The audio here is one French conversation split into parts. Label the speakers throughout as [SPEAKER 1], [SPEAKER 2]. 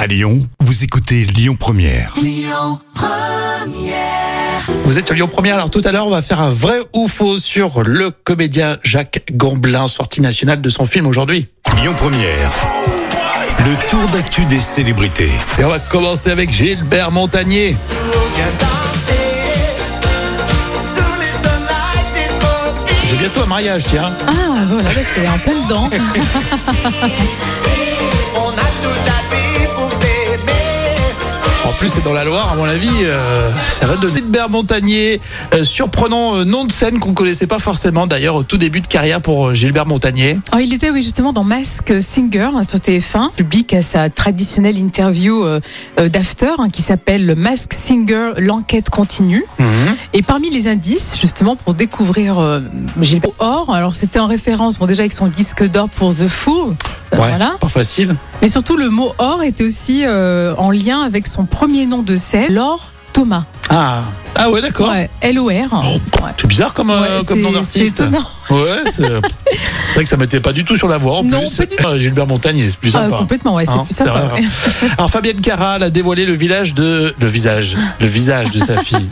[SPEAKER 1] À Lyon, vous écoutez Lyon Première.
[SPEAKER 2] Vous êtes sur Lyon Première. Alors tout à l'heure, on va faire un vrai ou faux sur le comédien Jacques Gamblin, sortie nationale de son film aujourd'hui.
[SPEAKER 1] Lyon Première. Le tour d'actu des célébrités.
[SPEAKER 2] Et on va commencer avec Gilbert Montagnier. J'ai bientôt un mariage, tiens.
[SPEAKER 3] Ah voilà, bah, c'est en plein dedans.
[SPEAKER 2] En plus, c'est dans la Loire, à mon avis, euh, ça va donner Gilbert Montagnier. Euh, surprenant euh, nom de scène qu'on connaissait pas forcément, d'ailleurs, au tout début de carrière pour euh, Gilbert Montagnier.
[SPEAKER 3] Oh, il était oui justement dans Mask Singer hein, sur TF1, public à sa traditionnelle interview euh, euh, d'after hein, qui s'appelle le Mask Singer, l'enquête continue.
[SPEAKER 2] Mhm.
[SPEAKER 3] Et parmi les indices justement pour découvrir euh, Gilbert Or, alors c'était en référence bon déjà avec son disque d'or pour The Fool. ça,
[SPEAKER 2] Ouais,
[SPEAKER 3] Ben voilà.
[SPEAKER 2] c'est pas facile.
[SPEAKER 3] Mais surtout le mot or était aussi euh, en lien avec son premier nom de scène, Laure Thomas.
[SPEAKER 2] Ah, ah ouais, d'accord. Oh,
[SPEAKER 3] Ouais, L-O-R. Ouais.
[SPEAKER 2] C'est bizarre comme, euh,
[SPEAKER 3] Ouais,
[SPEAKER 2] comme
[SPEAKER 3] c'est-
[SPEAKER 2] nom
[SPEAKER 3] c'est
[SPEAKER 2] d'artiste.
[SPEAKER 3] étonnant.
[SPEAKER 2] Ouais, c'est c'est vrai que ça mettait pas du tout sur la voie en
[SPEAKER 3] Non,
[SPEAKER 2] plus.
[SPEAKER 3] pas du
[SPEAKER 2] Ah, Gilbert Montagnier, c'est plus
[SPEAKER 3] Ah,
[SPEAKER 2] sympa.
[SPEAKER 3] complètement, ouais, c'est
[SPEAKER 2] Hein,
[SPEAKER 3] plus sympa.
[SPEAKER 2] vrai,
[SPEAKER 3] ouais.
[SPEAKER 2] hein. Alors Fabienne Caral a dévoilé le village de le visage, le visage de sa fille.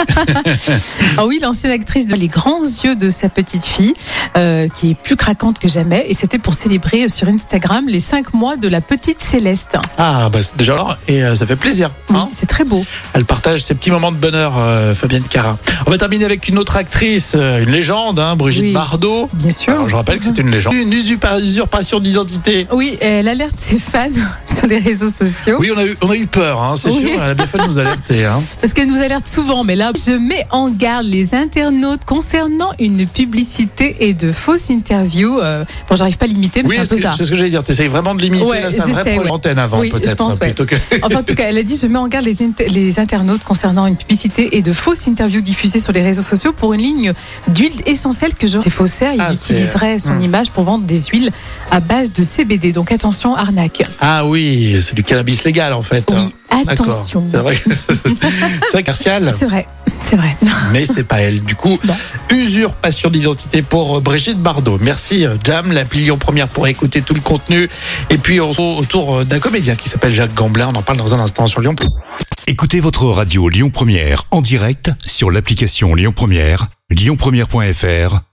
[SPEAKER 3] Ah oui, l'ancienne actrice de Les grands yeux de sa petite fille, euh, qui est plus craquante que jamais. Et c'était pour célébrer euh, sur Instagram les 5 mois de la petite Céleste.
[SPEAKER 2] Ah bah c'est déjà alors et euh, ça fait plaisir.
[SPEAKER 3] Oui,
[SPEAKER 2] hein.
[SPEAKER 3] c'est très beau.
[SPEAKER 2] Elle partage ses petits moments de bonheur, euh, Fabienne Caral. On va terminer avec une autre actrice, euh, une légende, hein, Brigitte
[SPEAKER 3] Oui.
[SPEAKER 2] Bardot.
[SPEAKER 3] Bien sûr.
[SPEAKER 2] Alors, je rappelle que c'est une légende. Une usurpa- usurpation d'identité.
[SPEAKER 3] Oui, elle alerte ses fans sur les réseaux sociaux.
[SPEAKER 2] Oui, on a eu, on a eu peur, hein, c'est
[SPEAKER 3] Oh. Oui.
[SPEAKER 2] sûr. Elle a bien fait de nous alerter. Hein.
[SPEAKER 3] Parce qu'elle nous alerte souvent, mais là, je mets en garde les internautes concernant une publicité et de fausses interviews. Euh, bon, j'arrive pas à l'imiter, mais
[SPEAKER 2] Oui,
[SPEAKER 3] c'est un
[SPEAKER 2] c'est
[SPEAKER 3] peu
[SPEAKER 2] ce
[SPEAKER 3] ça.
[SPEAKER 2] que- c'est ce que j'allais dire. T'essayes vraiment de limiter
[SPEAKER 3] Ouais,
[SPEAKER 2] là, c'est un vrai
[SPEAKER 3] j'essaie,
[SPEAKER 2] projet
[SPEAKER 3] ouais.
[SPEAKER 2] antenne avant,
[SPEAKER 3] Oui, je
[SPEAKER 2] peut-être. hein,
[SPEAKER 3] pense, ouais.
[SPEAKER 2] plutôt que-
[SPEAKER 3] Enfin, en tout cas, elle a dit Je mets en garde les, inter- les internautes concernant une publicité et de fausses interviews diffusées sur les réseaux sociaux pour une ligne d'huile essentielle que je. Ces faussaires, ils
[SPEAKER 2] Ah, c'est-
[SPEAKER 3] utiliseraient son
[SPEAKER 2] Hmm.
[SPEAKER 3] image pour vendre des huiles à base de CBD. Donc attention, arnaque.
[SPEAKER 2] Ah oui, c'est du cannabis légal en fait. hein.
[SPEAKER 3] Oui,
[SPEAKER 2] D'accord.
[SPEAKER 3] attention.
[SPEAKER 2] C'est vrai, que- c'est vrai commercial,
[SPEAKER 3] C'est vrai, c'est vrai.
[SPEAKER 2] mais c'est pas elle. Du coup,
[SPEAKER 3] Non.
[SPEAKER 2] usurpation d'identité pour euh, Brigitte Bardot. Merci euh, Jam, l'appli Lyon Première pour écouter tout le contenu. Et puis on se retrouve autour euh, d'un comédien qui s'appelle Jacques Gamblin. On en parle dans un instant sur Lyon.
[SPEAKER 1] Écoutez votre radio Lyon Première en direct sur l'application Lyon Première, lyonpremière.fr